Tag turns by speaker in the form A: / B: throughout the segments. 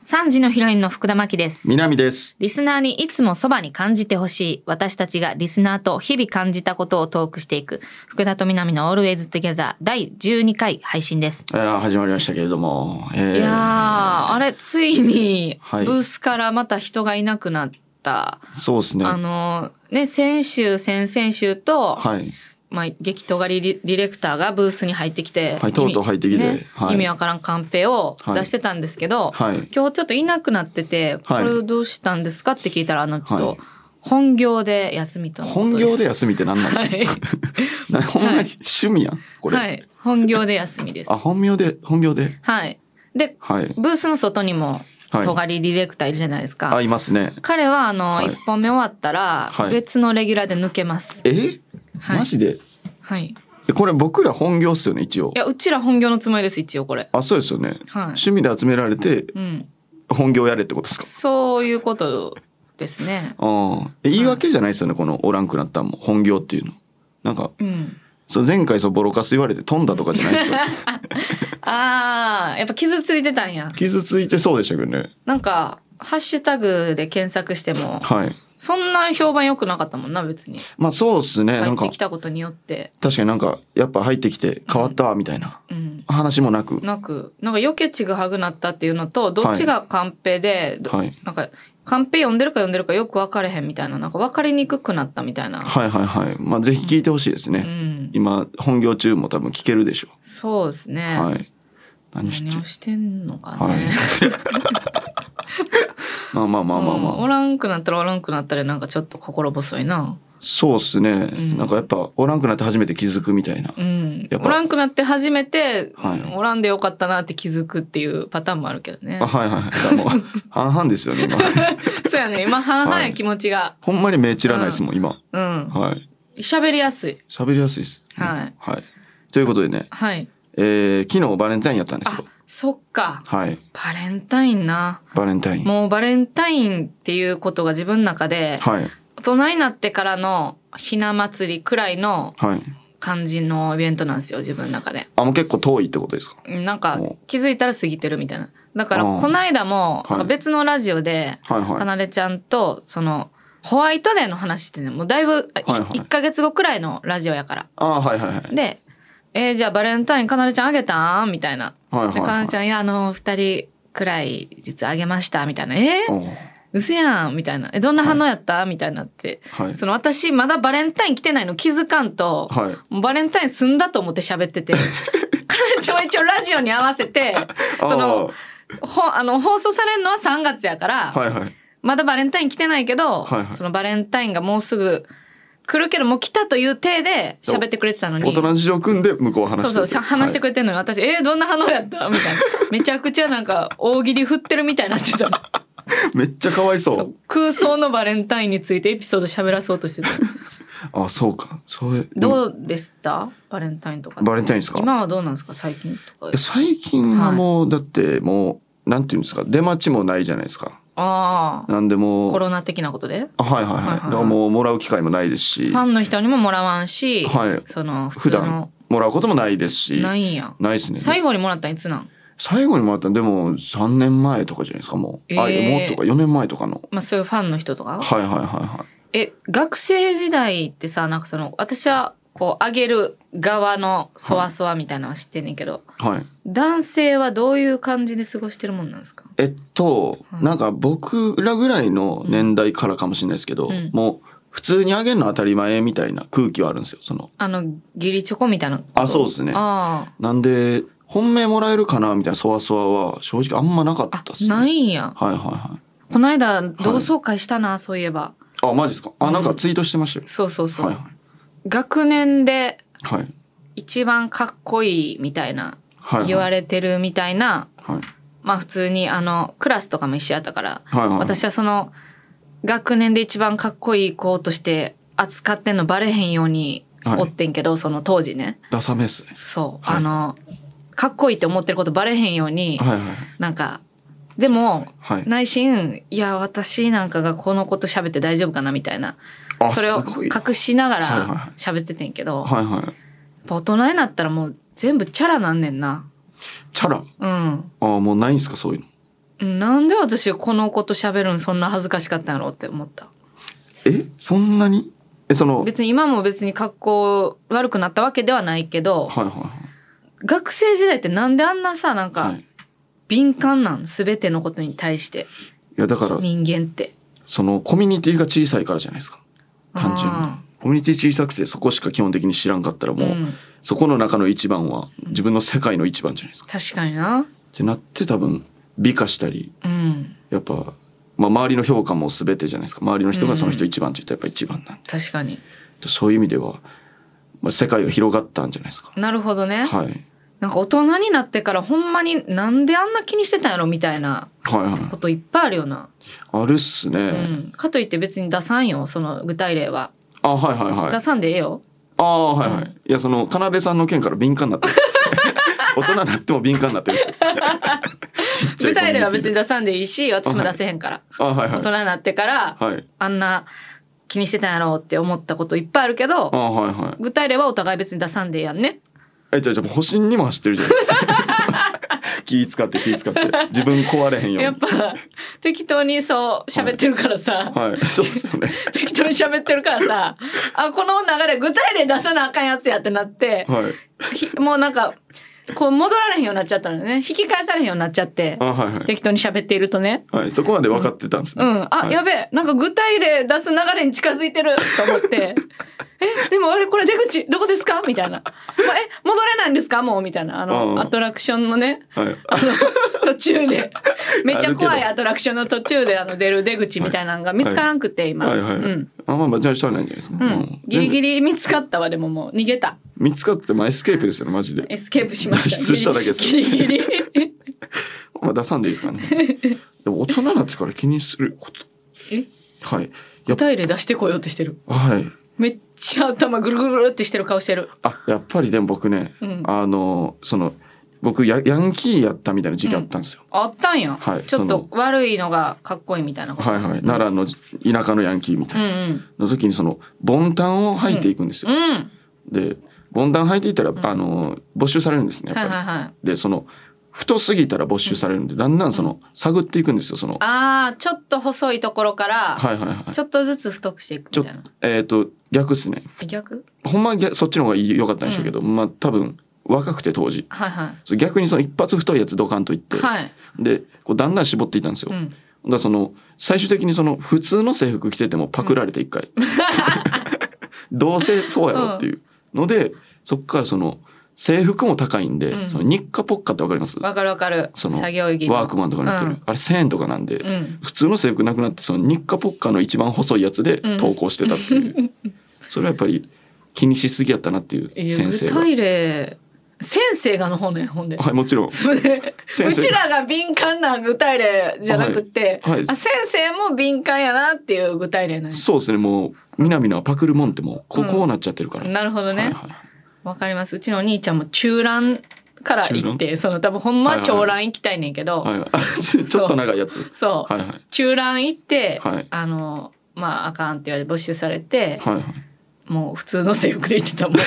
A: 3時のヒロインの福田真希です。
B: 南です。
A: リスナーにいつもそばに感じてほしい。私たちがリスナーと日々感じたことをトークしていく。福田と南の Always Together 第12回配信です。
B: えー始まりましたけれども、えー
A: いやー、あれ、ついに
B: はい
A: ブースからまた人がいなくなった。
B: そうですね。
A: あ
B: は
A: のー、ね、先週、先々週と、
B: い。
A: まあ、激尖りリディレクターがブースに入ってきて、
B: はいとうとう入ってきて
A: 意味ね
B: はい
A: 意味わからんカンペを
B: はい
A: 出してたんですけど、
B: はい
A: 今日ちょっといなくなってて、こ
B: はい
A: れをどうしたんですかって聞いたら、あの、ちょっ
B: は
A: と
B: い、
A: 本業で休みとのこと
B: 本
A: です。
B: 業で休みって何なんですか、
A: はい。
B: な ほんまに
A: はい
B: 趣味やん、これ。
A: はい。本業で休みです
B: あ、。本名で、本業で。
A: はい。で、
B: はい。
A: ブースの外にも、
B: はい
A: 尖りディレクターいるじゃないですか。
B: あ、いますね。
A: 彼は、あの、
B: はい
A: 1本目終わったら
B: は、い
A: 別のレギュラーで抜けます。
B: え、
A: はい
B: マジで
A: はい。
B: えこれ僕ら本業っすよね、一応
A: い。や、うちら本業のつもりです、一応これ。
B: あ、そうですよね。
A: はい。
B: 趣味で集められて、
A: うん。
B: 本業やれってことですか
A: そういうことですね。
B: ああ。え言い訳じゃないですよね、このおらんくなったんも。本業っていうの。なんか、
A: うん。
B: そう前回そうボロカス言われて飛んだとかじゃない ですよ。
A: ああ、やっぱ傷ついてたんや。
B: 傷ついてそうでしたけどね。
A: なんか、ハッシュタグで検索しても、
B: はい。
A: そんな評判良くなかったもんな、別に。
B: まあそうですね。な
A: 入
B: ん
A: って
B: か
A: きたことによって。
B: 確かになんかやっぱ入ってきて変わったわみたいな
A: うん。
B: 話もなく、
A: なく、なんか余計ちぐはぐなったっていうのと、どっちがカンペで、ど
B: はい
A: なんか、カンペ読んでるか読んでるかよく分かれへんみたいな、なんか分かりにくくなったみたいな。
B: はいはいはいまあぜひ聞いてほしいです
A: う
B: ね、
A: ん。
B: 今本業中も多分聞けるでしょ
A: そうです
B: う、
A: ね。
B: はい何して
A: 何をしてんのかね。
B: はいまあまあまあまあ
A: うん
B: ま
A: お
B: あ
A: らんくなったらおらんくなったらなんかちょっと心細いな。
B: そうですね、
A: ん
B: なんかやっぱおらんくなって初めて気づくみたいな、
A: うん。
B: やっぱ
A: おらんくなって初めて、
B: はい
A: おらんでよかったなって気づくっていうパターンもあるけどね
B: あ。はいはいだからもう半々ですよね今
A: そうやね。今半々
B: は
A: や
B: い
A: 気持ちが。
B: ほんまに目散らないですもん今
A: うん。
B: はい
A: 喋りやすい。
B: 喋りやすいです
A: はい
B: はいということでね、
A: はい。
B: えー、昨日バレンタインやったんです
A: あ
B: よ、
A: そっか。
B: はい
A: バレンタインな。
B: バレンタイン
A: もうバレンタインっていうことが自分の中で、
B: はい
A: 大人になってからのひな祭りくらいの
B: はい
A: 感じのイベントなんですよ、自分の中で。
B: あもう結構遠いってことですか
A: うんなんか
B: お
A: 気づいたら過ぎてるみたいな。だから
B: あー
A: この間も
B: はい
A: なんか別のラジオで、
B: はいはい
A: かなでちゃんとそのホワイトデーの話してね、もうだいぶあい
B: はいはい
A: 1ヶ月後くらいのラジオやから。
B: ああはいはいはい。
A: で、えーじゃあバレンタインかなでちゃんあげたんみたいな。
B: はいはい、
A: で、か
B: は。
A: ないでちゃん、いや、あの、二人くらい実はあげました、みたいな。えー、
B: おう
A: うせやんみたいな。え、どんな反応やった、みたいなって。
B: はい。
A: その私まだバレンタイン来てないの気づかんと、
B: はい。
A: もうバレンタイン済んだと思って喋 ってて。彼女は一応ラジオに合わせて、その、ほあの、放送されるのは3月やから、
B: あーはいはい。
A: まだバレンタイン来てないけど、
B: はいはい
A: そのバレンタインがもうすぐ来るけど、もう来たという体で喋ってくれてたのに。
B: 大人の事情組んで向こう話して
A: そ
B: る
A: うそうしゃ、話してくれてんのに、私、えーどんな反応やったみたいな。めちゃくちゃなんか、大喜利振ってるみたいになってた。
B: はいめっちゃかわいそう。
A: そう空想のバレンタインについてエピソード喋らそうとしてた。
B: あそうか。それ
A: どうでしたバレンタインとか。
B: バレンタインですか
A: 今はどうなんですか最近とか
B: え。最近はもう、だってもうなんていうんですか出待ちもないじゃないですか。
A: ああ、
B: なんでもう
A: コロナ的なことで
B: あはいはいは
A: は
B: い。
A: いはいはい
B: だからもうもらう機会もないですし
A: フ、ァンの人にももらわんし、
B: はい
A: その普通
B: 普
A: の
B: 段もらうこともないですし、
A: な
B: ない
A: いんや。
B: ですね。
A: 最後にもらったんいつなん
B: 最後にもらったのでも三年前とかじゃないですかもう。あ
A: えー
B: もっとか四年前とかの。
A: まあそういうファンの人とか
B: はいはいはいはい。
A: え、学生時代ってさ、なんかその、私はこう、あげる側のそわそわみたいなのは知ってんねんけど、
B: はい。
A: 男性はどういう感じで過ごしてるもんなんですか
B: えっと、
A: はい
B: なんか僕らぐらいの年代からかもしれないですけど、
A: うん
B: もう普通にあげるの当たり前みたいな空気はあるんですよ。その、
A: あの、義理チョコみたいなこと。
B: あ、そうですね。
A: あ
B: なんで、本命もらえるかなみたいなそわそわは正直あんまなかっ
A: あ。あ
B: たっす、ね。
A: な
B: はい
A: いんや。
B: はいはい。
A: この間、同窓会したな、そういえば。
B: あ、マジですかあ、なんかツイートしてましたよ。
A: そうそうそう。
B: はいはい。
A: 学年で
B: はい。
A: 一番かっこいいみたいな、
B: はい、はい。
A: 言わ
B: れ
A: れてるみたいな、
B: はい。
A: まあ普通に、あの、クラスとかも一緒やったから、
B: はいはい。
A: 私はその学年で一番かっこいい子として扱ってんのバレへんように
B: はい
A: おってんけど、その当時ね
B: ダサめっすね。
A: そう、
B: はい
A: あのかっこいいって思ってることバレへんように、
B: はいはい。
A: なんかでも
B: はい。
A: 内心いや私なんかがこの子と喋って大丈夫かなみたいな
B: あ、
A: それを
B: すごい。
A: 隠しなが
B: はいはいは
A: ら喋っててんけど、
B: はいはい。
A: やっぱ大人になったらもう全部チャラなんねんな
B: チャラン
A: うん
B: ああもうないんですかそういうの
A: なんで私この子と喋るんそんな恥ずかしかったんやろうって思った
B: えそんなにえそのはい
A: 別に今も別に格好悪くなったわけではないけど
B: はいは
A: 学生時代ってなんであんなさなん
B: いは
A: か
B: いい
A: 敏感なん全てのことに対して
B: やだから
A: 人間って
B: そのコミュニティが小さいからじゃないですか単純に
A: あ
B: コミュニティ小さくてそこしか基本的に知らんかったら
A: ー
B: もう、
A: ん
B: そこの中の一番は自分の世界の一番じゃないですか
A: 確かにな
B: ってなって多分美化したり
A: うん
B: やっぱ、まあ、周りの評価も全てじゃないですか周りの人がその人一番って言ったらやっぱ一番なんで、
A: 確かに
B: そういう意味では、まあ、世界が広がったんじゃないですか。
A: なるほどね、
B: はい、
A: なんか大人になってからほんまになんであんな気にしてたんやろみたいな
B: はいはい
A: こといっぱいあるよな、
B: あるっすね。
A: うん、かといって別に出さんよその具体例は、
B: あはいはいは
A: 出
B: い。
A: さんでええよ
B: ああはいはい。いやそのかなでさんの件から敏感になって るっす。大人になっても敏感になってるっす。ちっちゃいコミュニティで。
A: 具体例は別に出さんでいいし私も出せへんから、
B: あはい
A: 大人
B: は
A: になってから
B: い。はい。
A: あんな気にしてたんやろうって思ったこといっぱいあるけ
B: あ
A: ど
B: はいはい。
A: 具体例はお互い別に出さんでええやんね
B: えじゃあじゃあ保身にも走ってるじゃない ですか。気使って気使って自分壊れへんように。
A: やっぱ適当にそう喋ってるからさ、
B: はい そうですよね。
A: 適当に喋ってるからさあこの流れ具体例出さなあかんやつやってなって、
B: はい。
A: ひもうなんかこう戻られへんようになっちゃったのね引き返されへんようになっちゃって
B: あはいはい。
A: 適当に喋っているとね
B: はい、そこまで分かってたんです
A: う
B: ね。
A: んあ、
B: はい
A: やべえなんか具体例出す流れに近づいてると思って えでもあれこれ出口どこですかみたいな、まあ、え戻れないんですかもうみたいなあ
B: うん
A: のアトラクションのね
B: はい。
A: あ の途中でめっちゃ怖
B: ある
A: い
B: けど
A: アトラクションの途中であの出る出口みたいなのが見つからんくて今、
B: はいはい。
A: うん、
B: あ、まあ、まあじゃあ、しゃあないんじゃないですか。
A: う、
B: うん
A: ギリギ
B: リ。
A: リ見つかったわでももう逃げた
B: 見つかって、まあ、エスケープですよね、マジで。
A: エスケープしま した
B: 脱出しただけです
A: ギリギリ ギリ
B: まあ、出さんでいいです かね。でも、大人になってから気にすること。
A: え
B: はい。や
A: 具
B: っぱ、
A: 体例出してこようとしてる
B: はい。
A: めっちゃ頭ぐるぐるぐるってしてる顔してる
B: あ、やっぱり、でも、僕ね、
A: うん
B: あの、その。僕ヤ、ヤンキーやったみたいな時期あったんですよ。
A: あったんや、
B: はい
A: ちょっ
B: そ
A: と
B: の
A: 悪いのがかっこいいみたいなこと、
B: はいはい、奈良の田舎のヤンキーみた
A: う
B: い
A: ん
B: な、の時にそのボンタンを履いていくんです
A: うん
B: よ、
A: うん
B: でボンタン履いていったら、あの没収されるんですねやっぱ
A: はい
B: り、
A: はいはい
B: でその太すぎたら没収されるんで、だんだんその探っていくんですよその
A: あーちょっと細いところから、
B: はいはいはい
A: ちょっとずつ太くしていくみたいな
B: えっ、と逆っすね
A: 逆
B: ほんまは逆そっちの方がいい良かったんでしょうけど、まあ多分若くて当時
A: はいは
B: そう逆にその一発太いやつドカンといって、
A: いはい、
B: でこうだんだん絞っていったんですよ、
A: う
B: だか
A: ん、
B: らその最終的にその普通の制服着ててもパクられて一回、 どうせそうやろっていうのでそっからその制服も高いんで、
A: うん
B: その日課ポッカってわかります
A: わかるわかる
B: その
A: 作業着の
B: ワークマンとかになってる、あれ1,000円とかなんで、
A: うん、うん
B: 普通の制服なくなってその日課ポッカの一番細いやつで
A: うん
B: 投稿してたっていう、 それはやっぱり気にしすぎやったなってい
A: え
B: う先
A: 具
B: 生が、
A: 体例先生がの方ねほんで
B: はいもちろん
A: それう
B: 先生
A: ちらが敏感な具体例じゃなくて、
B: はいはい
A: あ先生も敏感やなっていう具体例なんや
B: そうですねもう南のはパクるもんってもうこうこうなっちゃってるから、
A: なるほどね
B: はい
A: わ、
B: はい
A: かりますうちのお兄ちゃんも中蘭から行ってその多分ほんまは長蘭行きたいねんけど、
B: はいはいあちちょっと長いやつ
A: そう、
B: はいはい
A: 中蘭行って、
B: はい
A: あのまああかんって言われて没収されて、
B: はいはい
A: もう普通の制服で行って たもん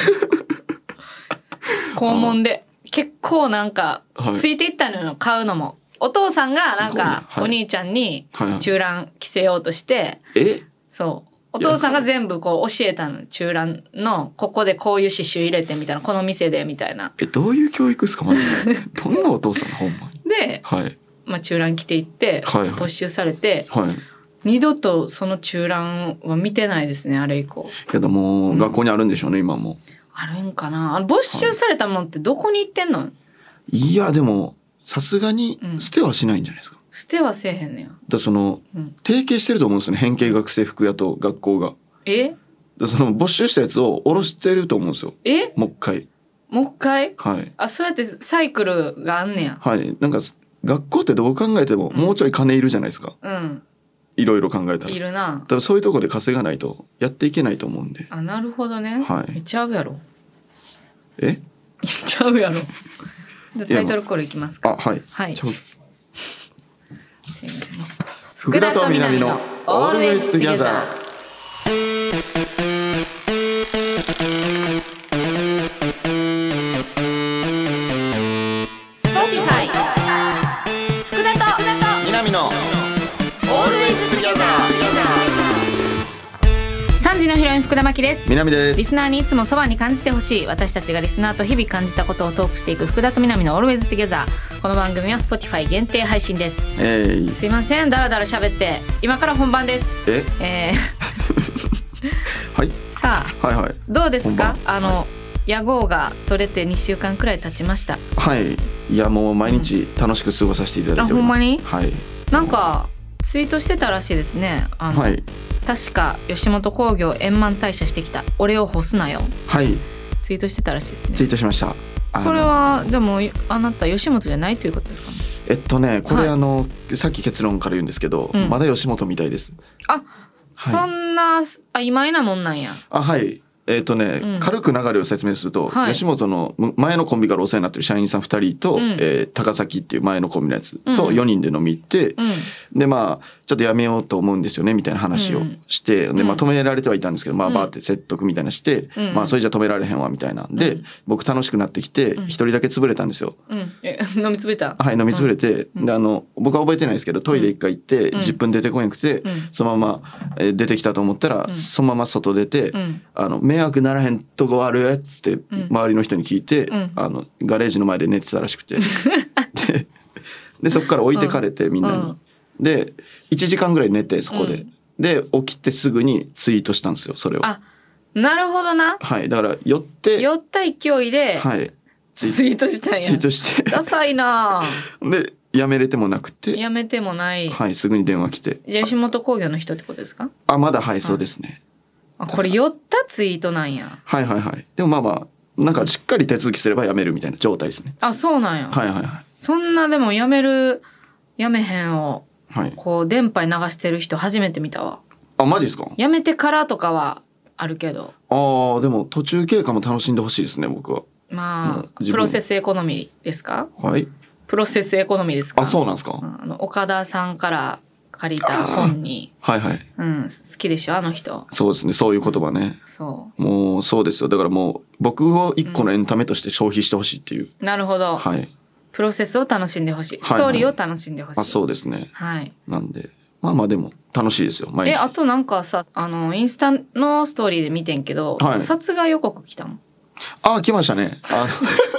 A: 校門で結構なんか
B: はい
A: ついていったのよ買うのもお父さんがなん
B: すごいね
A: か
B: はい
A: お兄ちゃんに
B: はいはい
A: 中蘭着せようとして
B: え
A: そうお父さんが全部こう教えたの中蘭のここでこういう刺繍入れてみたいなこの店でみたいな
B: えどういう教育ですかマジで どんなお父さんほんまに
A: で、
B: はい
A: まあ、中蘭着ていって
B: はいはい
A: 没収されて
B: はい
A: 二度とその中蘭は見てないですねあれ以降
B: けどもう、
A: うん
B: 学校にあるんでしょうね今も
A: あるんかなあの没収されたもんってどこに行ってんの
B: いやでもさすがに
A: うん
B: 捨てはしないんじゃないですか、
A: 捨てはせえへんねや
B: だからその、
A: うん
B: 提携してると思うんですよね変形学生服屋と学校が
A: え
B: でその没収したやつを下ろしてると思うんですよ
A: え
B: もう一回
A: もう一回
B: はい
A: あそうやってサイクルがあんねや
B: はいなんか学校ってどう考えてももうちょい金いるじゃないですか、
A: うん
B: いろいろ考えたら
A: いるな
B: 多分そういうところで稼がないとやっていけないと思うんで
A: あなるほどね、
B: はい
A: いっちゃうやろ
B: え
A: いっちゃうやろじゃあ
B: いや
A: タイトルコールいきます
B: あ
A: か
B: はい
A: はい
B: ちょ
A: すいません
B: 福田と南の「オールウェイズ・トゥギャザー」
A: スポ Spotify 福田と
B: 南の Always Together
A: 3時のヒロイン福田真希です
B: 南で
A: リ
B: す
A: スナーにいつもそばに感じてほしい私たちがリスナーと日々感じたことをトークしていく福田と南の Always Together この番組は Spotify 限定配信です
B: えー、
A: すいませんだらだら喋って今から本番です
B: え
A: え
B: はい
A: ー、さあ
B: はいはい
A: どうですか
B: 本番
A: あの、野号が取れて2週間くらい経ちました
B: はいいやもう毎日楽しく過ごさせていただいておりま
A: あ
B: す、
A: ほんまに
B: はい
A: なんかツイートしてたらしいですねあの、
B: はい
A: 確か吉本興業円満退社してきた俺を干すなよ
B: はい
A: ツイートしてたらしいですね
B: ツイートしましたあの
A: これはでもあなた吉本じゃないということですかね
B: えっとねこれ、
A: はい
B: あのさっき結論から言うんですけど、
A: うん
B: まだ吉本みたいです
A: あ、
B: はい
A: そんな曖昧なもんなんや
B: あはいえっとね、
A: うん
B: 軽く流れを説明すると、
A: はい
B: 吉本のむ前のコンビからお世話になってる社員さん2人と、
A: うん
B: えー高崎っていう前のコンビのやつ
A: う
B: と
A: ん
B: 4人で飲み行って、
A: うん
B: でまあちょっとやめようと思うんですよねみたいな話をして、
A: ん
B: で
A: う
B: まあ
A: ん
B: 止められてはいたんですけど、まあ
A: うん
B: バーって説得みたいなして、
A: うん
B: まあそれじゃ止められへんわみたいなんで、
A: うん
B: 僕楽しくなってきて
A: うん
B: 一人だけ潰れたんですよ。
A: うんえ 飲みつぶれた
B: はい飲み潰れて、
A: うん
B: であの僕は覚えてないですけどトイレ一回行って
A: うん
B: 10分出てこなくて、
A: うん
B: そのままえー出てきたと思ったら、
A: うん
B: そのまま外出て。
A: うん
B: あの迷惑ならへんとこあるやつって
A: ん
B: 周りの人に聞いて、
A: うん
B: あのガレージの前で寝てたらしくてででそこから置いてかれてみんなに、
A: うん
B: で1時間ぐらい寝てそこで、
A: うん
B: で起きてすぐにツイートしたんですよそれを
A: あなるほどな
B: はいだから寄って
A: 酔った勢いで
B: はいツイ
A: ツイートしたんや
B: ツイートして
A: ダサいなあ
B: でやめれてもなくて
A: やめてもない
B: はいすぐに電話来て
A: じゃあ吉本興業の人ってことですか
B: あまだはいそうですね
A: あこれ酔ったツイートなんや
B: はいはいはいでもまあまあなんかしっかり手続きすればやめるみたいな状態ですね
A: あそうなんや、
B: はいはいはい
A: そんなでもやめるやめへんを
B: はい
A: こう電波に流してる人初めて見たわ
B: あマジですか
A: やめてからとかはあるけど
B: ああでも途中経過も楽しんでほしいですね僕はも
A: ま
B: う
A: あ
B: 自分
A: プロセスエコノミーですか
B: はい
A: プロセスエコノミーですか
B: あそう
A: う
B: なんですか、
A: あの岡田さんから借りた本に、
B: はいはい
A: うん、好きでしょあの人
B: そうですねそういう言葉ね
A: そ
B: もうそうですよだからもう僕を一個のエンタメとして消費してほしいっていう、
A: うなるほど、
B: はい
A: プロセスを楽しんでほしい
B: は
A: ス
B: い
A: トーリーを楽しんでほしい、
B: あそうですね
A: はい
B: なんでまあまあでも楽しいですよ毎
A: え
B: 日
A: あとなんかさあのインスタのストーリーで見てんけど、
B: はい
A: 殺害予告来たもん
B: あ来ましたねあ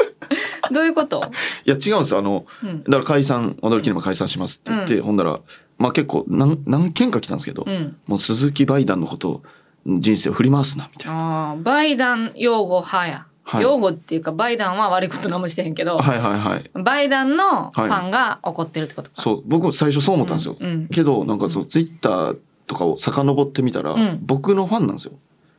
A: どういうこと、
B: いや違うんですあの
A: うん
B: だから解散驚きにも解散しますって言って、ほんだらまあ結構何何件か来たんですけど、
A: うん、
B: もう鈴木バイダンのことを人生を振り回すなみたいな
A: あーバイダン擁護派や、
B: はい
A: 擁護っていうかバイダンは悪いこと何もしてへんけど、
B: はいはいはい
A: バイダンのファンが怒ってるってことか、
B: そう僕も最初そう思ったんですよ、
A: うんうん
B: けどなんかそのツイッターとかを遡ってみたら、
A: うん
B: 僕のファンなんですよ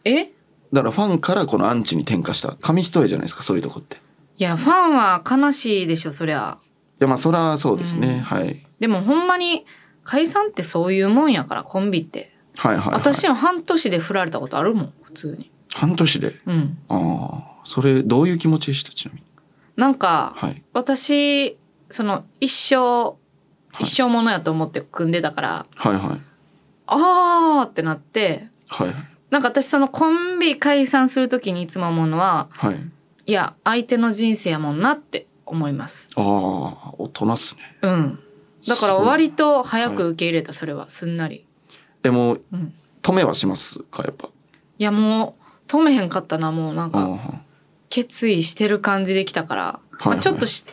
A: え
B: だからファンからこのアンチに転化した紙一重じゃないですかそういうとこってい
A: いやファンは悲しいでしょそりゃ
B: やまあそりゃそうですね、
A: うん
B: はい
A: でもほんまに解散ってそういうもんやからコンビって、
B: はいはい、はい、
A: 私も半年で振られたことあるもん普通に
B: 半年で
A: うん
B: ああそれどういう気持ちでしたちなみに
A: なんか、
B: はい
A: 私その一生
B: はい
A: 一生ものやと思って組んでたから、
B: はいはい
A: あーってなって
B: はい
A: なんか私そのコンビ解散する時にいつも思うのは
B: はい
A: いや相手の人生やもんなって思います
B: ああ大人っすね
A: うんだから
B: すごい
A: 割と早く受け入れたそれはすんなり、
B: でも
A: うん、
B: 止めはしますかやっぱ
A: いやもう止めへんかったなもうなん
B: あ
A: か決意してる感じできたから、
B: はい
A: まあ、ちょっとし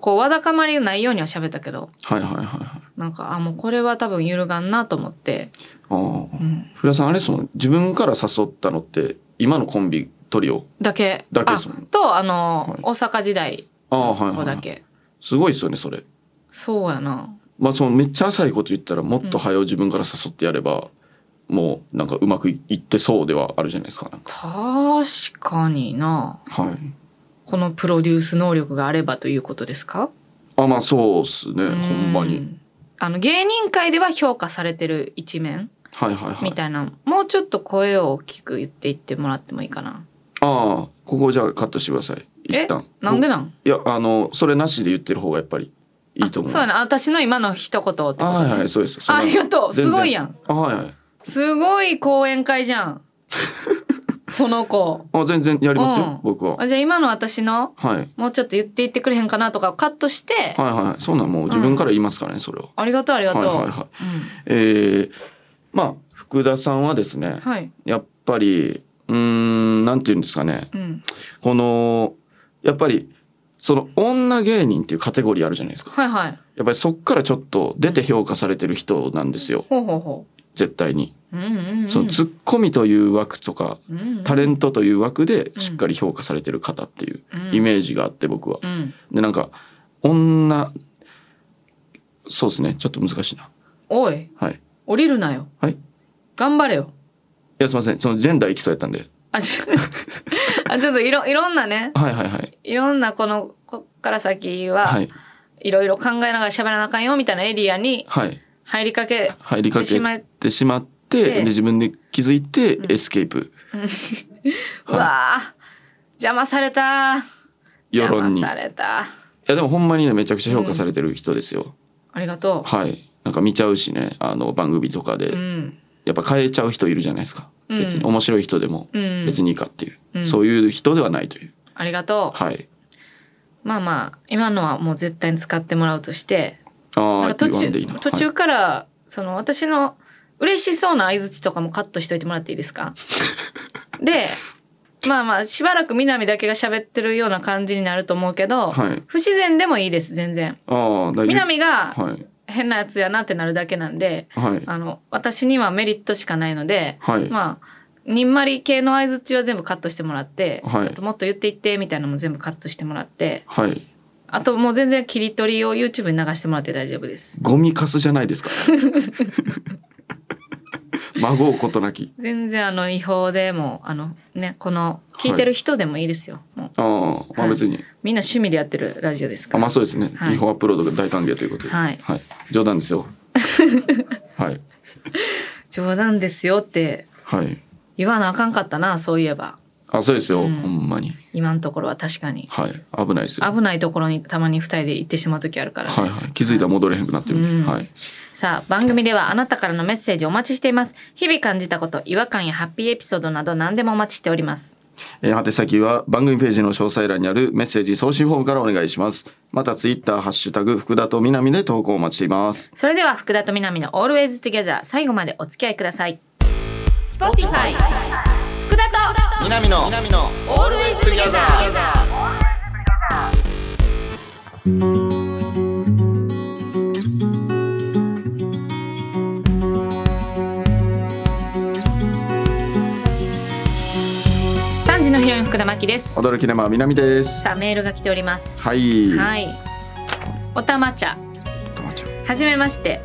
A: こうわだかまりないようには喋ったけど
B: あはいはいはいはい
A: なんかあもうこれは多分揺るがんなと思って、
B: ああ
A: うん、
B: 古谷さんあれですもん自分から誘ったのって今のコンビトリオ
A: だけ
B: だけですもん
A: あとあの、
B: はい
A: 大阪時代
B: ああ
A: の
B: はいはい、
A: 子
B: は
A: だ
B: い、
A: け、
B: すごいですよねそれ
A: そうやな
B: まあそのめっちゃ浅いこと言ったらもっと早う自分から誘ってやれば、もうなんかうまくいってそうではあるじゃないですかなんか
A: 確かにな
B: はい
A: このプロデュース能力があればということですか
B: あまあそうっすね
A: う
B: ほんまに
A: あの芸人界では評価されてる一面
B: はいはいは
A: み
B: い
A: たいな、もうちょっと声を大きく言っていってもらってもいいかな
B: ああここじゃあカットしてください一
A: え
B: 旦
A: なんでなん
B: いやあのそれなしで言ってる方がやっぱりいいと思
A: あ
B: う
A: そうやな私の今の一言ってことね
B: あはいはいそうですそん
A: あ
B: な
A: りがとう
B: 全
A: す
B: 然
A: ごいやん
B: あはいはい
A: すごい講演会じゃんこの子。
B: あ全然やりますよ、
A: うん
B: 僕は。
A: あじゃあ今の私の
B: はい、
A: もうちょっと言っていってくれへんかなとかをカットして、
B: はいはいそうなんもう自分から言いますからね、それを。
A: ありがとうありがとう。
B: はいはいはいえー、まあ福田さんはですね
A: うん、はい。
B: やっぱりうーんなんて言うんですかね
A: うん。
B: このやっぱりその女芸人っていうカテゴリーあるじゃないですか
A: はいはい。
B: やっぱりそっからちょっと出て評価されてる人なんですよ
A: ほうほうほ
B: 絶対に。
A: う。うんうん、うん。
B: そのツッコミという枠とか
A: うんうん、
B: タレントという枠でしっかり評価されてる方っていうイ
A: ージ。
B: メージがあって僕は。
A: うん。
B: でなんか女そうですねちょっと難しいな。
A: おい、
B: はい。い
A: 降りるなよ。
B: はい。
A: 頑張れよ。
B: やすいませんそのジェンダーいきそうやったんで。
A: あ、ちょ あちょっといろいろんなね、
B: はいはいはい。
A: いろんなこの、こっから先は、、
B: はいい
A: ろいろ考えながら喋らなあかんよみたいなエリアに
B: はい。
A: 入りかけ、
B: 入りかけ
A: しま
B: てしまっ
A: で
B: てで自分で気づいてエスケープ。
A: う
B: はい
A: わあ邪魔された。
B: 世論に。い
A: 邪魔された。
B: やでもほんまにねめちゃくちゃ評価されてる人ですよ。
A: ありがと
B: はい。なんか見ちゃうしねあの番組とかで
A: う。うん。
B: やっぱ変えちゃう人いるじゃないですか。
A: うん
B: 別に面白い人でも
A: うん。
B: 別にいいかっていう、
A: うん
B: そういう人ではないという。
A: ありがと
B: はい。
A: う。まあまあ、今のはもう絶対に使ってもらうとして、
B: あ
A: なん
B: あ、
A: か途
B: 言わ
A: 中
B: んでいいな
A: 途
B: は
A: 中から、その私の嬉しそうな相槌とかもカットしといてもらっていいです かでまあまあしばらく南だけが喋ってるような感じになると思うけど、
B: い。はい、
A: 不自然でもいいです全然。
B: ああ、大丈
A: 南が
B: 夫。はい。
A: 変なやつやなってなるだけなんで、
B: はい。
A: あの私にはメリットしかないので、
B: はい。
A: まあにんまり系の相槌は全部カットしてもらって、
B: はい
A: あともっと言っていってみたいなのも全部カットしてもらって
B: はい。
A: あともう全然切り取りを YouTube に流してもらって大丈夫です。
B: ゴミカスじゃないで すか。孫うことなき。
A: 全然あの違法でもあのねこの聞いてる人でもいいですよ、もう
B: ああ、ま
A: は
B: あ
A: い
B: 別に。
A: みんな趣味でやってるラジオですか
B: あ
A: ら、
B: まあそうですね。
A: はい
B: 違法アップロードが大歓迎ということで。
A: はい
B: はい。冗談で すよ。はい。
A: 冗談ですよって
B: はい。
A: 言わなあかんかったなそういえば
B: あ、そうですよ。
A: うん
B: ほんまに。
A: 今のところは確かに
B: はい。危ないですよ。
A: 危ないところにたまに2人で行ってしまう時あるから、
B: はいはい。気づいたら戻れへんくなってるんで。
A: うん
B: はい。
A: さあ番組ではあなたからのメッセージお待ちしています日々感じたこと違和感やハッピーエピソードなど何でもお待ちしております
B: えー、宛先は番組ページの詳細欄にあるメッセージ送信フォームからお願いします。またツイッター、ハッシュタグ、福田と南で投稿お待ちしています。
A: それでは福田と南の Always Together 最後までお付き合いください Spotify 福田と
B: 南の南の
A: Always Together 三時のヒロイン福田真希です。
B: 驚き生南です。
A: さあメールが来ております。。
B: はいい。
A: はい。おたま茶。
B: 友達
A: はじめまして。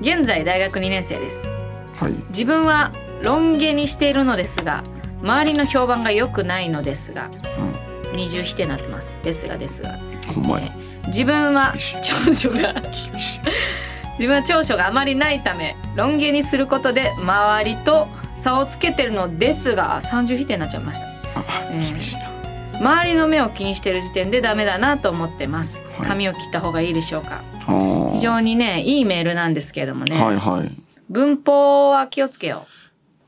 A: 現在大学2年生です。
B: はい。
A: 自分はロン毛にしているのですが、周りの評判が良くないのですが、二重否定になってます。ですがですが。
B: うん。ほんまや。
A: 自分は
B: 厳しい
A: 長所が
B: 厳しい。
A: 自分は長所があまりないためロン毛にすることで周りと差をつけてるのですが30否定になっちゃいました
B: あ、
A: えー
B: 厳しいな。
A: 周りの目を気にしてる時点でダメだなと思ってます
B: はい
A: 髪を切った方がいいでしょうか
B: あー
A: 非常にねいいメールなんですけれどもね、
B: はいはい。
A: 文法は気をつけよ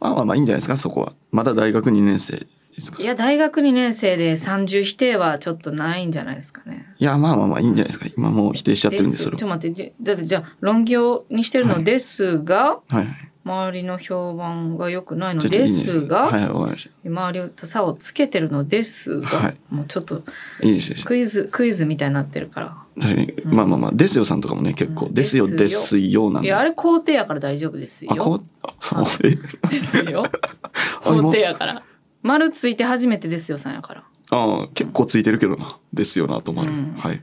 B: あまあまあいいんじゃないですかそこは。まだ大学2年生ですか
A: うい。や大学2年生で30否定はちょっとないんじゃないですかね
B: いやまあまあまあいいんじゃないですか。今もう否定しちゃってるんで
A: です
B: それ
A: ちょ
B: は。
A: っと待ってじだってじゃあ論議をにしてるのですが、
B: はい。
A: 周りの評判が良くないの
B: ちょっといい
A: で
B: んじゃない
A: すが
B: はいはいわかりまし
A: 周りと差をつけてるのですが、
B: はい
A: もうちょっと
B: た。いいですよ。
A: クイズクイズみたいになってるか
B: 確かに、まあまあまあですよさんとかもね結構、
A: うん
B: ですよ
A: で
B: ですすよな
A: ら
B: ん
A: い
B: で。
A: やあれ工程やから大丈夫ですよ
B: あこうあえ
A: ですよ 工程やから丸ついて初めてですよさんやから
B: ああ結構ついてるけどなですよなとまる、
A: うん
B: はい、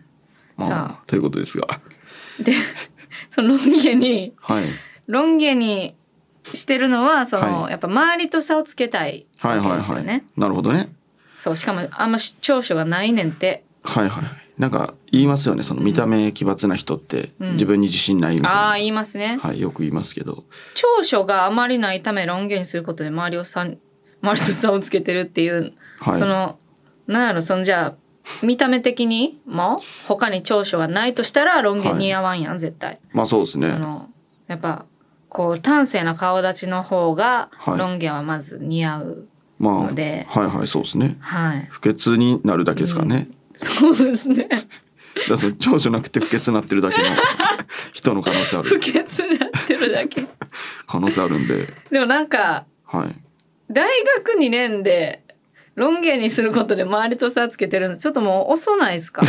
A: さ
B: まあ、ということですが
A: でそのロン毛に
B: はい
A: ロン毛にしてるのはその、
B: はい
A: やっぱ周りと差をつけたい
B: はい
A: わけ
B: はい
A: ですよ
B: はい、
A: ね、
B: なるほどね
A: そうしかもあんまし長所がないねんって
B: はいはいなんか言いますよねその見た目奇抜な人って
A: うん
B: 自分に自信ないみたい
A: あ
B: な、
A: あ言いますね、
B: はい、よく言いますけど
A: 長所があまりないためロン毛にすることで周りをさん周りと差をつけてるっていう
B: はい
A: そのなんやろそのじゃあ見た目的にも他に長所がないとしたらロン毛似合わんやん、絶対
B: まあそうですね
A: そのやっぱこう端正な顔立ちの方が
B: はい
A: ロン毛はまず似合う
B: ま
A: ので
B: あはいはいそうですね
A: はい。
B: 不潔になるだけですからね、
A: そうですね。
B: だからその長所なくて不潔になってる だけの人の可能性あ
A: 不
B: る
A: 潔になってるだ け。
B: 可能性あるんで
A: でもなんか、
B: はい
A: 大学2年で、ロン毛にすることで周りと差つけてるの、ちょっともう遅ないですか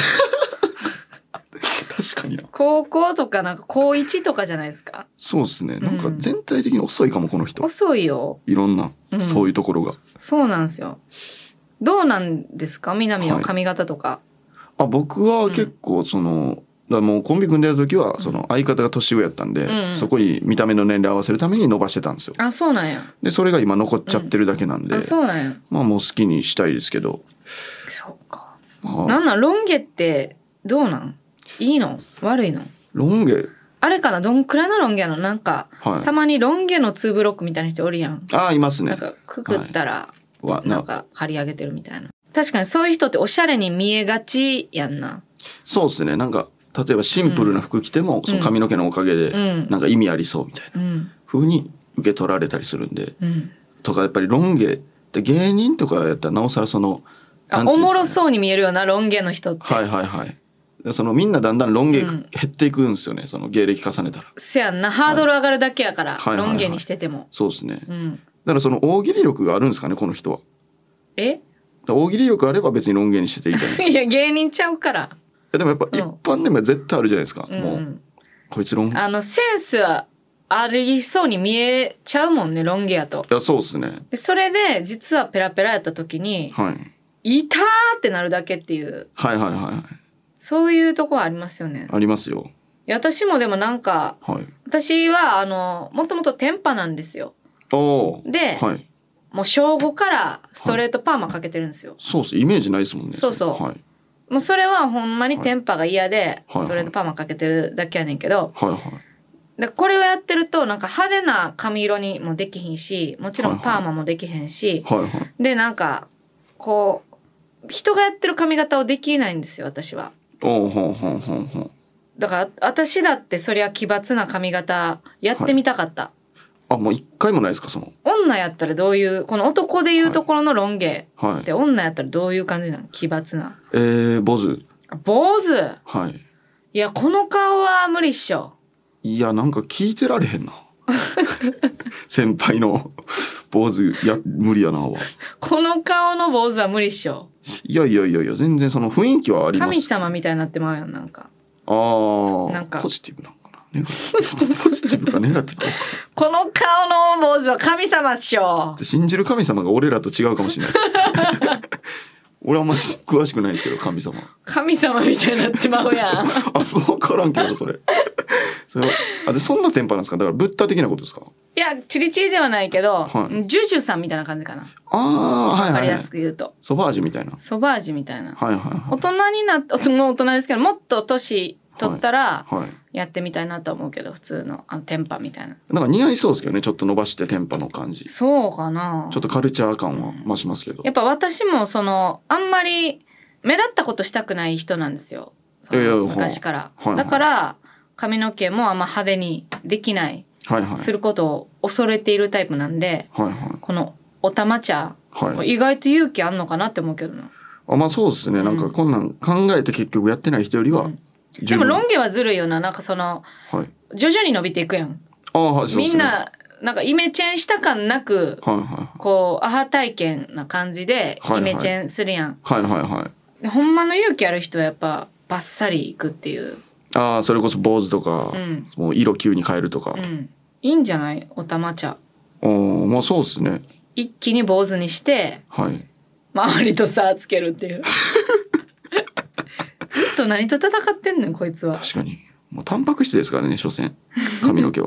B: 確かにな
A: 高校とかなんか高1とかじゃないですか
B: そうですねなんか
A: うん
B: 全体的に遅いかもこの人
A: 遅いよ。
B: いろんな
A: うん
B: そういうところが、
A: そうなんですよ。どうなんですか南は髪型とか。
B: あ僕は結構その、だからもうコンビ組んでた時はその相方が年上やったんで、
A: うん
B: そこに見た目の年齢合わせるために伸ばしてたんですよ
A: あ、そうなんや。
B: でそれが今残っちゃってるだけなんで、
A: あ、そうなんや。
B: まあもう好きにしたいですけど、
A: そうか。
B: まあ
A: なんなんロン毛ってどうなんいいの悪いの
B: ロン毛
A: あれかなどんくらいのロン毛やのなんか、
B: はい
A: たまにロン毛の2ブロックみたいな人おるやん。
B: ああいます
A: な
B: ね
A: んかくくったら、
B: はいわ
A: なんか刈り上げてるみたいな。確かにそういう人っておしゃれに見えがちやんな。
B: そうですねなんか例えばシンプルな服着ても、その髪の毛のおかげ
A: う
B: で
A: ん。
B: なんか意味ありそうみたいな
A: うん。
B: 風に受け取られたりするんで
A: うん。
B: とかやっぱりロン毛で芸人とかやったらなおさらその
A: あ、
B: なんて
A: お
B: いうんですかね
A: もろそうに見えるようなロン毛の人って。
B: はいはいはいでそのみんなだんだんロン毛
A: う
B: 減
A: ん
B: っていくんですよね、その芸歴重ねたら
A: せやんなハードル上がるだけやから、
B: はいはいはい
A: ロン毛にしてても、
B: そうですねだ
A: うん、
B: からその大喜利力があるんですかねこの人は
A: え
B: だから大喜利力あれば別にロン毛にしてていいじゃないですかい
A: いや芸人ちゃうから、
B: やでもやっぱ
A: うん
B: 一般でも絶対あるじゃないですか、
A: うん
B: も
A: う、
B: うんこいつロンい
A: あのセンスはありそうに見えちゃうもんねロン毛やと
B: やそうですね
A: でそれで実はペラペラやった時に
B: は
A: 「
B: い
A: いた!」ってなるだけっていう
B: はいはいはいはい
A: そういうとこはありますよね
B: ありますよ
A: いや私もでもなんか
B: はい
A: 私はあのもともと天パなんですよ
B: おお
A: で、
B: はい
A: もう小5からストレートパーマかけてるんですよ、
B: そうっすイメージないですもんね
A: そうそう
B: はい
A: もうそれはほんまにテンパが嫌で、
B: はいはい
A: ストレートパーマかけてるだけやねんけど、
B: はいはい
A: でこれをやってるとなんか派手な髪色にもできひんしもちろんパーマもできへんし、
B: はいはい
A: でなんかこう人がやってる髪型をできないんですよ私は
B: おおほんほんほんほん
A: だからあ私だってそりゃ奇抜な髪型やってみたかった、
B: あもう一回もないですかその
A: 女やったらどういうこの男でいうところのロン毛
B: は
A: っ
B: い
A: て女やったらどういう感じなの奇抜な
B: えー、坊主
A: 坊主
B: はい
A: いやこの顔は無理っしょ
B: いやなんか聞いてられへ んな先輩の坊主や無理やなは
A: この顔の坊主は無理っしょ
B: いやいやいやいや全然その雰囲気はあります
A: 神様みたいになってまうやんなん か
B: あー
A: なんか
B: ポジティブなんかなネガティブポジティブかネガティブか
A: この顔の坊主は神様っしょ
B: 信じる神様が俺らと違うかもし れないです俺あんまし詳しくないですけど神様
A: 神様みたいになってまうやん
B: あ分からんけどそれ それはあでそんなテンパなんですかだからブッダ的なことですか
A: いやチリチリではないけど、
B: はい
A: ジュジュさんみたいな感じかな
B: ああー
A: わか
B: はい
A: り
B: はい、
A: や
B: はい
A: す、く言うと、
B: ソバージュみたいな
A: ソバージュみたいな
B: はいはいは
A: 大人になってもう大人ですけどもっと年取ったら
B: いはい
A: やってみたいなとは思うけど普通のあのテンパみたいな
B: なんか似合いそうですけどねちょっと伸ばしてテンパの感じち
A: そうかな
B: ょっとカルチャー感は増しますけど
A: やっぱ私もそのあんまり目立ったことしたくない人なんですよその
B: いやいや
A: 昔から、
B: はいはい
A: だから髪の毛もあんま派手にできない
B: はいはい
A: することを恐れているタイプなんで、
B: はい
A: このおたま茶、
B: はいはい
A: 意外と勇気あんのかなって思うけどな
B: あまあそうですねなんかこんなん考えて結局やってない人よりは
A: で
B: 十
A: も
B: 分
A: ロン毛はずるいよななんかその
B: はい
A: 徐々に伸びていくやん
B: ああはいそうで
A: み
B: す
A: ん
B: ね
A: ななんかイメチェンした感なく
B: はいは
A: こうアハ体験な感じで
B: はいはい
A: イメチェンするやん、
B: いはいはいはい
A: でほんまの勇気ある人はやっぱバッサリいくっていう
B: ああそれこそ坊主とか、
A: うん
B: もう色急に変えるとか
A: う、んいいんじゃないおたま茶
B: おおまあそうですね
A: 一気に坊主にして
B: はい
A: 周りと差つけるっていう ずっと何と戦ってんのよこいつは
B: 確かにもうタンパク質ですからね所詮髪の毛 は、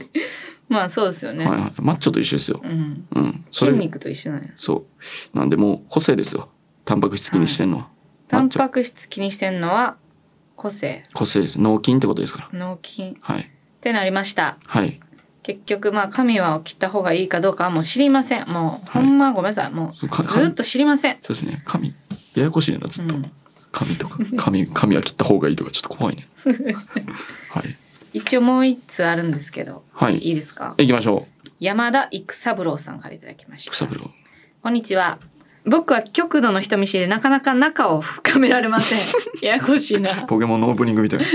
A: まあそうですよね、
B: はいはいマッチョと一緒ですよ
A: うん、
B: うんそ
A: 筋
B: れ
A: 肉と一緒なんや
B: そうなんでもう個性ですよタンパク質気にしてんのは、
A: タ
B: マ
A: ン
B: ッチョ
A: パク質気にしてんのは個性
B: 個性です脳筋ってことですから
A: 脳筋っ
B: はい
A: てなりました
B: はい
A: 結局まあ髪は切った方がいいかどうかはもう知りませんもうほんまごめんなさいもう
B: そうか
A: ずっと知りません、
B: そうですね髪ややこしいねんなず
A: う
B: っと、
A: ん、
B: 髪とか髪髪は切った方がいいとかちょっと怖い ねはい
A: 一応もう一つあるんですけど
B: はい
A: いいですか
B: 行きましょ
A: 山田育三郎さんからいただきまし
B: う
A: た
B: 草風呂
A: こんにちは。僕は極度の人見知りでなかなか仲を深められま せん。ややこしいな。
B: ポケモンのオープニングみた いな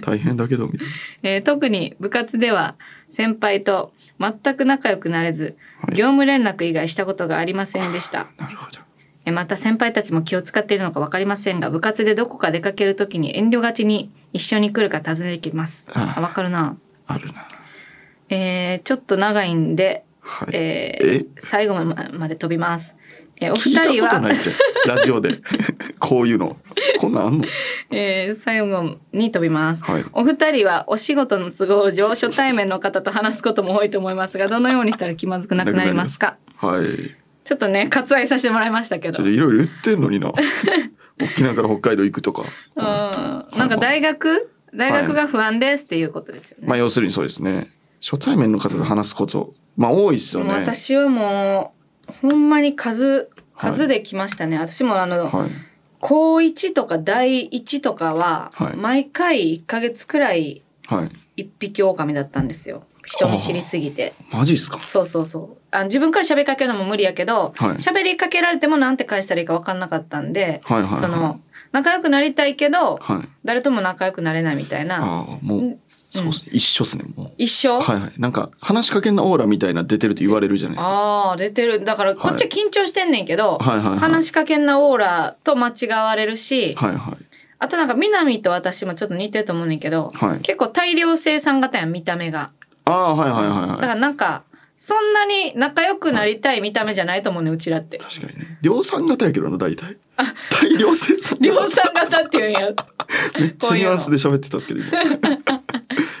B: 大変だけどみたいな
A: えー特に部活では先輩と全く仲良くなれず、
B: はい
A: 業務連絡以外したことがありませんでした。
B: なるほど
A: えーまた先輩たちも気を使っているのか分かりませんが部活でどこか出かけるときに遠慮がちに一緒に来るか尋ねてきます。
B: あ
A: あ分かるな、
B: あるな
A: えーちょっと長いんで、
B: はい
A: え
B: え
A: ー最後ままで飛びます。えーお
B: 聞い
A: 二
B: た
A: 人
B: こと
A: は
B: ないってラジオ でこういうのこんなんあんの
A: えー最後に飛びます。
B: はい
A: お二人はお仕事の都合上初対面の方と話すことも多いと思いますがどのようにしたら気まずくなくなりますか
B: はい
A: ちょっとね割愛させてもらいましたけ
B: ち
A: ど
B: ょっといろいろ言ってんのにな沖縄から北海道行くとか
A: うんなんか大学大学が不安ですっていうことですよね、
B: まあ要するにそうですね初対面の方と話すことまあ多いですよ
A: もう
B: ね
A: 私はもうほんまに数
B: はい
A: 数で来ましたね、私もあの、
B: はい
A: 高1とか第1とかは、
B: はい
A: 毎回1ヶ月くらい
B: はい
A: 一匹狼だったんですよ人見知りすぎて
B: マジっすか
A: そうそうそうあ自分から喋りかけるのも無理やけど
B: はい
A: 喋、りかけられてもなんて返したらいいか分かんなかったんで、
B: はいはいはい
A: その仲良くなりたいけど
B: はい
A: 誰とも仲良くなれないみたいな
B: ああも
A: うん
B: うそうっすね一緒っすねも
A: 一生、
B: うはいはいなんか話しかけんなオーラみたいな出てるって言われるじゃないですか
A: ああ出てるだからこっちは緊張してんねんけど、
B: はいはいはい
A: 話しかけんなオーラと間違われるし、
B: はいはい
A: あとなんか南と私もちょっと似てると思うねんけど、
B: はい
A: 結構大量生産型やん見た目が
B: ああはいはい
A: だ
B: はい
A: か
B: は
A: らなんかそんなに仲良くなりたい見た目じゃないと思うねんうちらって
B: い確かにね量産型やけどな大体大量生産
A: 量産型っていうんや
B: めっち
A: こ
B: ゃ
A: ういう
B: ニュ
A: の
B: アンスで喋ってたっすけど今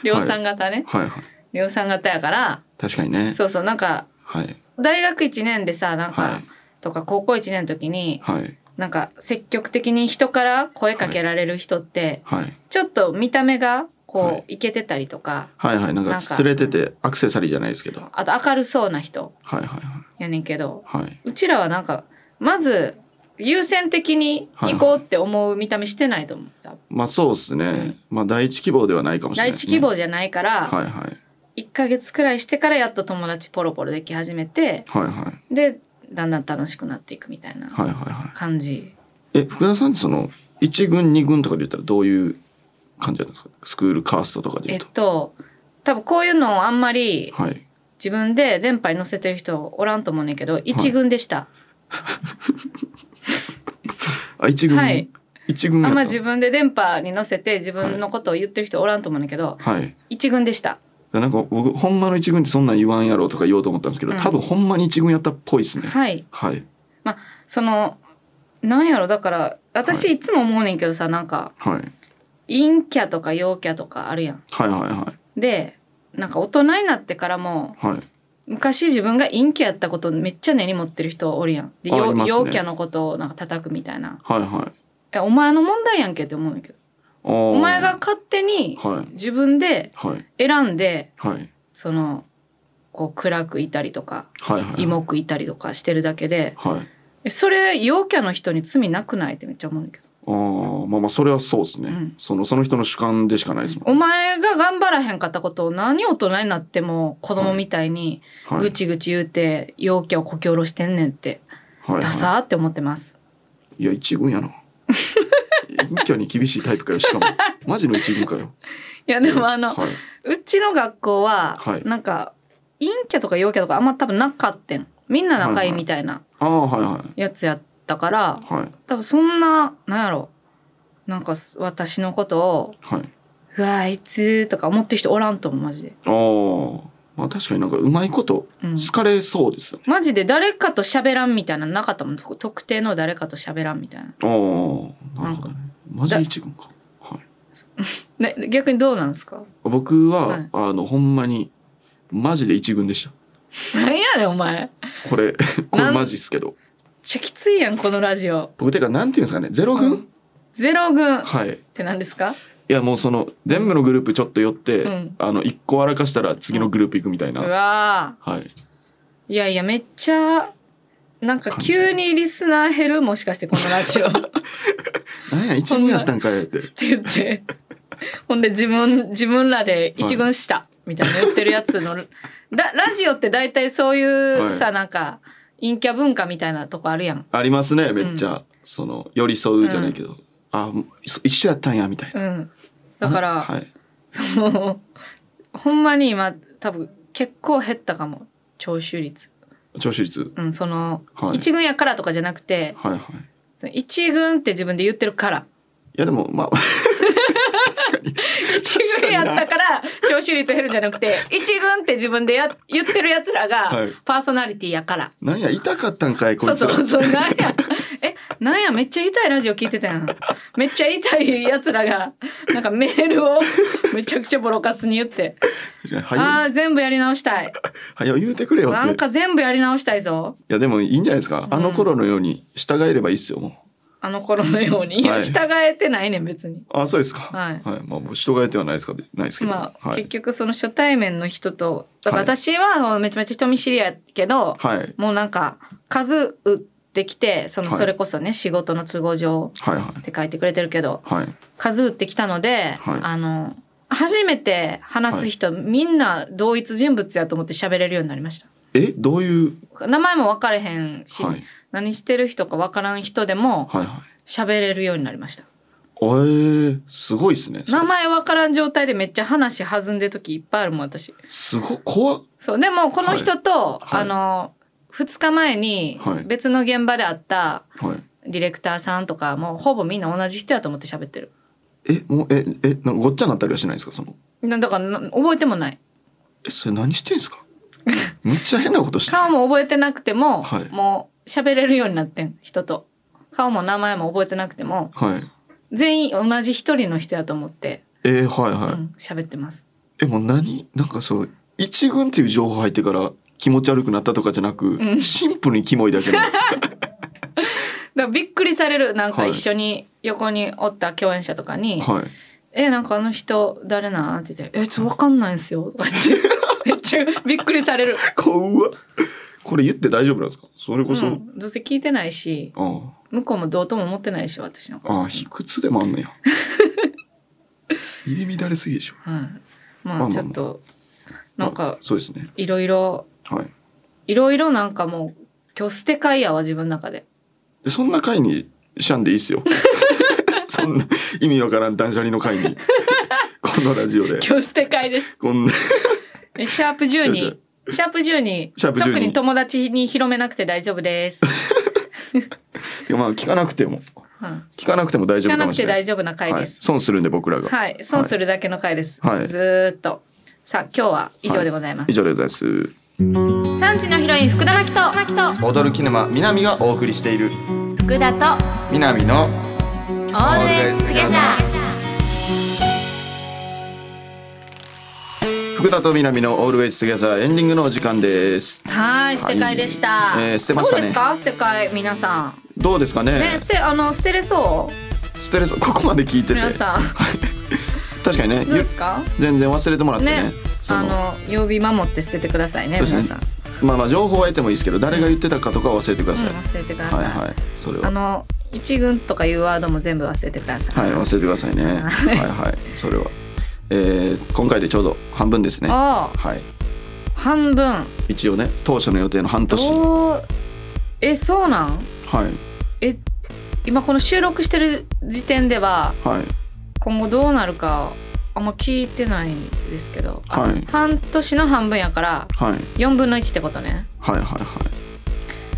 A: 量産型ね、
B: はいはい
A: 量産型やから
B: 確かにね
A: そうそうなんか
B: はい
A: 大学1年でさなんか、
B: はい
A: とか高校1年の時に
B: はい
A: なんか積極的に人から声かけられる人って、
B: はい
A: ちょっと見た目が
B: は
A: こ
B: いう
A: いけてたりとか
B: はいはいなん
A: な
B: か
A: んか
B: 連れててアクセサリーじゃないですけどはい
A: あと明るそうな人
B: はいはい
A: やねんけど
B: はい。
A: うちらはなんかまず優先的に行こうって思う見た目してないと思った、
B: まあそうですね。まあ第一希望ではないかもしれな
A: 第
B: いです、
A: 一
B: ね。
A: 希望じゃないから、
B: はいはい。
A: 1ヶ月くらいしてからやっと友達ポロポロでき始めて
B: はいはい。
A: でだんだん楽しくなっていくみたいな
B: はいはいは
A: 感じ
B: い。え、福田さんってその、一軍二軍とかで言ったらどういう感じなんですかスクールカーストとかで
A: え
B: 言
A: っ
B: うと。
A: と多分こういうのをあんまり
B: はい。
A: 自分で連覇に乗せてる人おらんと思うねんけど一軍でした、
B: あ、一軍。
A: はい
B: 一軍
A: あ
B: や
A: んま
B: ったんです
A: 自分で連覇に乗せて自分のことを言ってる人おらんと思うねんけど
B: はい。
A: 一軍でした
B: なんか僕、ほんまの一軍ってそんなん言わんやろとか言おうと思ったんですけど、
A: うん
B: 多分ほんまに一軍やったっぽいですね。
A: はい
B: はい。
A: そのなんやろだから私
B: はい
A: いつも思うねんけどさなんか
B: はい。はい
A: 陰キャとか陽キャとかあるやん
B: はいは
A: でなんか大人になってからも
B: い。はい。
A: 昔自分が陰キャやったことめっちゃ根に持ってる人おるやんで
B: あ
A: 陽
B: いますね
A: 陽キャのことをなんか叩くみたいな
B: はいはい。
A: えお前の問題やんけって思うねんけど
B: お
A: お前が。勝手に
B: はい。
A: 自分で
B: はい。
A: 選んで
B: はい。
A: そのこう暗くいたりとか
B: はいはい。
A: 芋くいたりとかしてるだけで
B: はい。
A: えそれ陽キャの人に罪なくないってめっちゃ思うんだけど
B: ああまあまあそれはそうですね、
A: うん
B: そのその人の主観でしかないですも
A: お
B: ん、
A: 前が頑張らへんかったことを何大人になっても子供みたいに
B: はい
A: ぐちぐち言うて陽キャをこき下ろしてんねんって
B: はいはい
A: ダサーって思ってます
B: いや一軍やな陰キャに厳しいタイプかよ しかもマジの一軍かよ
A: いやでもあの
B: はいう
A: ちの学校は
B: はい
A: なんか陰キャとか陽キャとかあんま多分なかったんみんな仲いいみたいな
B: ああはいは
A: やつやったから
B: いはい
A: 多分そんななんやろなんか私のことを
B: はい
A: 「うわあいつ」とか思ってる人おらんと思うマジで、
B: ああまあ確かになんかうまいこと
A: うん、
B: 好かれそうですよね、
A: マジで誰かと喋らんみたいなのなかったもんと特定の誰かと喋らんみたいな
B: ああなるほどねマ
A: か
B: ジ一軍かはい
A: ね逆にどうなんですか
B: 僕は、
A: はい
B: あのほんまにマジで一軍でした
A: なんやねんお前めっ
B: これこ
A: な
B: れ
A: ん
B: マジっすけど
A: ちゃきついやんこのラジオ
B: 僕てかなんていうんですかねゼロ軍、
A: うんゼロ軍っ
B: はい
A: て何ですか
B: いやもうその全部のグループちょっと寄って、
A: うん
B: あの一個荒かしたら次のグループ行くみたいうな、
A: わ
B: はい
A: ーいやいやめっちゃなんか急にリスナー減るもしかしてこのラジオって
B: なんや一軍やったんかいって
A: 言ってほんで自分自分らで一軍 したみたいな言ってるやつの、ララジオって大体そういうさ、
B: は
A: なんか陰キャ文化みたいなとこあるやん。
B: ありますねめっちゃ、その寄り添うじゃないけど、あそ一緒やったんやみたいな
A: うん。だから、
B: あはい、
A: その、ほんまに今、多分、結構減ったかも。聴取率。
B: 聴取率
A: うん、その、
B: はい
A: 一軍やからとかじゃなくて、
B: はいはいい
A: その一軍って自分で言ってるから。
B: やでもまあ
A: 一軍やったから、聴取率減るんじゃなくて、一軍って自分でや言ってる奴ら
B: は
A: が
B: い、
A: パーソナリティやから。
B: なんや痛かったんかいこ
A: そ
B: いうつら
A: そうそう、なんや、え、なんや、めっちゃ痛いラジオ聞いてたやん。めっちゃ痛い奴らが、なんかメールをめちゃくちゃボロカスに言って、あ
B: 早い
A: あー、全部やり直したい。
B: 早い言うてくれよ
A: な
B: っ
A: ん
B: て
A: か全部やり直したいぞ。
B: いやでもいいんじゃないですか、あの頃のように従えればいいっすよも
A: あの頃のように。い
B: は
A: や
B: い
A: 従えてないねん、別に。
B: うあそうですか
A: はい
B: まあもう従えてはないですかないですけど、
A: まあ、
B: は
A: 結
B: い、
A: 局その初対面の人と、だから
B: はい
A: 私はめちゃめちゃ人見知りやけど、
B: はい、はい
A: もうなんか、数打ってきて、その、
B: はい
A: それこそね、仕事の都合上
B: はい
A: って書いてくれてるけど、
B: はい
A: 数打ってきたので、
B: はい
A: あの初めて話す人、みんな同一人物やと思って喋れるようになりまし
B: えどういう
A: た名前も分かれへんし、
B: はい
A: 何してる人か分からん人でも
B: はいはい
A: 喋れるようになりました
B: えー、すごいですねそれ
A: 名前分からん状態でめっちゃ話弾んでる時いっぱいあるもん私
B: すごい怖っ
A: そうでもこの人と、
B: はいはい
A: あの2日前に
B: はい
A: 別の現場で会った
B: はい
A: ディレクターさんとかもほぼみんな同じ人やと思って喋ってる
B: えもうええなんかごっちゃになったりはしないんですかその
A: なだからな覚えてもない
B: えそれ何してん すかめっちゃ変なことして
A: 顔も覚えてなくても、
B: はい
A: もう喋れるようになってん人と顔も名前も覚えてなくても
B: はい
A: 全員同じ一人の人やと思って
B: えー、はいはい、
A: うん喋ってます
B: えもう何なんかそう一軍っていう情報入ってから気持ち悪くなったとかじゃなく、
A: うん
B: シンプルにキモいだけ の
A: だからびっくりされるなんか
B: はい
A: 一緒に横におった共演者とかに「
B: はい
A: えなんかあの人誰なん?」って言って「えちょっと分かんないんすよ」とか言ってめっちゃびっくりされる、
B: 怖っこれ言って大丈夫なんですかそれ
A: う
B: こそ、
A: ん、どうせ聞いてないし
B: あ
A: 向こうもどうとも思ってないし私のこ
B: あああ
A: と
B: 卑屈でもあんのや入り乱れすぎでしょ
A: はい、
B: ま
A: ま
B: あまあま
A: あ
B: あ
A: ちょっと なん
B: まあ
A: か
B: そうですね
A: いろいろ
B: はい
A: いろいろなんかもう今日捨て会やわ自分の 中で
B: でそんな回にしゃんでいいっ すよそんな意味わからん断捨離の 回にこのラジオで
A: 今日捨て会です
B: こんな
A: えシャープ10
B: 違う違う
A: にシャープ10に
B: シャープ10に
A: 特に友達に広めなくて大丈夫 です、
B: いやまあ聞かなくても
A: うん
B: 聞かなくても大
A: 聞
B: 丈夫
A: か
B: か
A: な
B: も
A: く
B: してれない
A: 大
B: です
A: 丈夫な回です
B: はい、損するんで僕らが、
A: はい、損するだけの回です、
B: はい
A: ずーっとさあ今日は以上でございます、
B: 以上でございます
A: 産地のヒロイン福田真希と
B: 踊るキネマ南がお送りしている
A: 福田と
B: 南の
A: オ
B: ールデイズトゥゲザ福田と南のオールウェイズ e ゲザーエンディングのお時間です
A: はい捨て会でした、
B: はいえー捨てましたね
A: どうですか捨て会皆さん
B: どうですかね
A: ね捨てあの捨てれそ
B: ステレス ここまで 聞いて
A: う
B: て
A: 皆
B: 確
A: さん
B: かにね
A: どうですか
B: 全然忘れてもらってね
A: ね
B: その
A: あの曜日守って捨ててくださいね
B: そうですね
A: 皆さん、
B: まあまあ情報は得てもいいですけど誰が言ってたかとかは忘れてくだ
A: うん
B: さい、
A: 忘れてくださ
B: はい
A: い、
B: はいそれ
A: あ
B: は
A: の一軍とかいうワードも全部忘れてください、
B: はい忘れてくださいねはい
A: はい
B: はいそれは、えー、今回でちょうど半分ですねは
A: おう
B: い
A: 半分
B: 一応ね当初の予定の半年は
A: どうえそうなん
B: い
A: え今この収録してる時点では
B: はい
A: 今後どうなるかあんま聞いてないんですけど、あ
B: はい
A: 半年の半分やから
B: はい
A: 4分の1ってことね
B: はいはいはい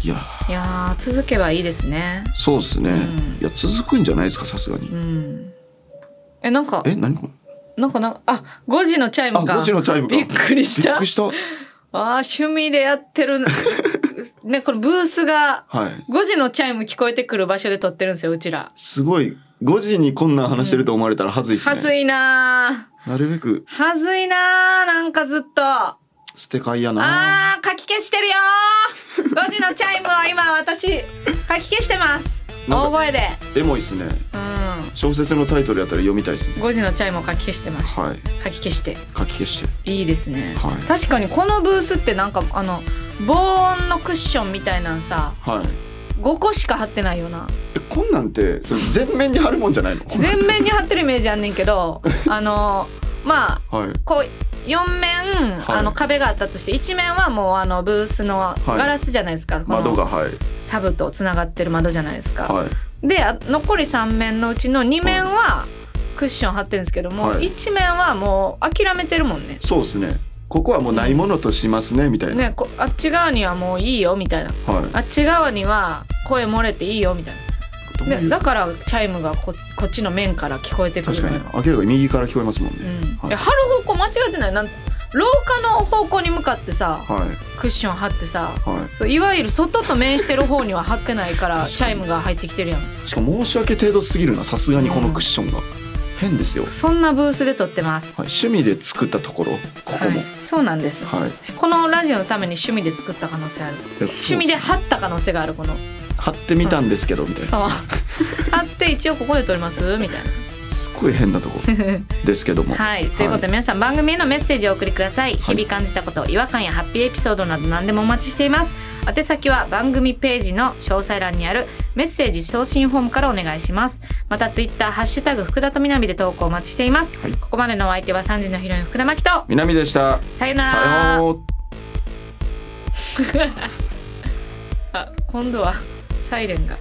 B: いやー
A: いやー続けばいいですね
B: そうですね、
A: うん
B: いや続くんじゃないですかさすがに
A: うんえなんか
B: え何これ
A: なんかなんかあ5時のチャイ
B: あ
A: ムか
B: 5時のチャイムか
A: びっくりし
B: びったくりした
A: ああ趣味でやって るなねこのブースが
B: はい
A: 5時のチャイム聞こえてくる場所で撮ってるんですようちら
B: すごい5時にこんなん話してると思われたらはずいですね、
A: はずいな
B: なるべく
A: ーはずいなーなんかずっとあ
B: 捨て替えやな
A: あー書き消してるよー5時のチャイムを今私書き消してます
B: なんか
A: 大声で
B: エモいですね
A: う
B: 小説のタイトルやったら読みたいですね
A: ん5時のチャイムを書き消してます
B: はい
A: 書き消して
B: 書き消して
A: いいですね、
B: はい
A: 確かにこのブースってなんかあの防音のクッションみたいなんさ
B: はい
A: 5個しか貼ってないよな
B: えこんなんってそれ全面に 貼るもんじゃないの
A: 全面に貼ってるイメージあんねんけどあのまあ
B: はい
A: こ4面、
B: はい
A: あの壁があったとして1面はもうあのブースのガラスじゃないですか、この
B: 窓がはい
A: サブとつながってる窓じゃないですか、
B: はい
A: であ残り3面のうちの2面はクッション張ってるんですけども、
B: はい
A: 1面はもう諦めてるもんね
B: そうですねここはもうないものとしますねみたいな、
A: ねこあっち側にはもういいよみたいな
B: はい
A: あっち側には声漏れていいよみたい
B: どう
A: な
B: いう
A: でだからチャイムがここっちの面から聞こえてくる
B: 確
A: の
B: か
A: よ
B: に明らかに右から聞こえますもん
A: う
B: ね、
A: ん
B: はい
A: いや貼る方向間違ってないなん廊下の方向に向かってさ
B: はい
A: クッション貼ってさ
B: はい
A: そういわゆる外と面してる方には貼ってないから
B: 確
A: チ
B: かに
A: ャイムが入ってきてるやん
B: しかも申し訳程度すぎるなさすがにこのクッションが、変ですよ、はい、
A: そんなブースで撮ってます、
B: 趣味で作ったところここも
A: はいそうなんです
B: はい、
A: このラジオのために趣味で作った可能性ある趣味で貼った可能性があるこの
B: 貼ってみたんですけどみたいな
A: そう貼って一応ここで撮りますみたい
B: すっごい変なとこ
A: な
B: ですけども
A: はいということで皆さん番組へのメッセージをお送りください、
B: はい
A: 日々感じたこと違和感やハッピーエピソードなど何でもお待ちしています宛先は番組ページの詳細欄にあるメッセージ送信フォームからお願いしますまたツイッターハッシュタグ福田とみなみで投稿お待ちしています、
B: はい
A: ここまでのお相手は3時のヒロイン福田真希と
B: 南でした
A: さよなら
B: さよう
A: あ今度はサイレンが。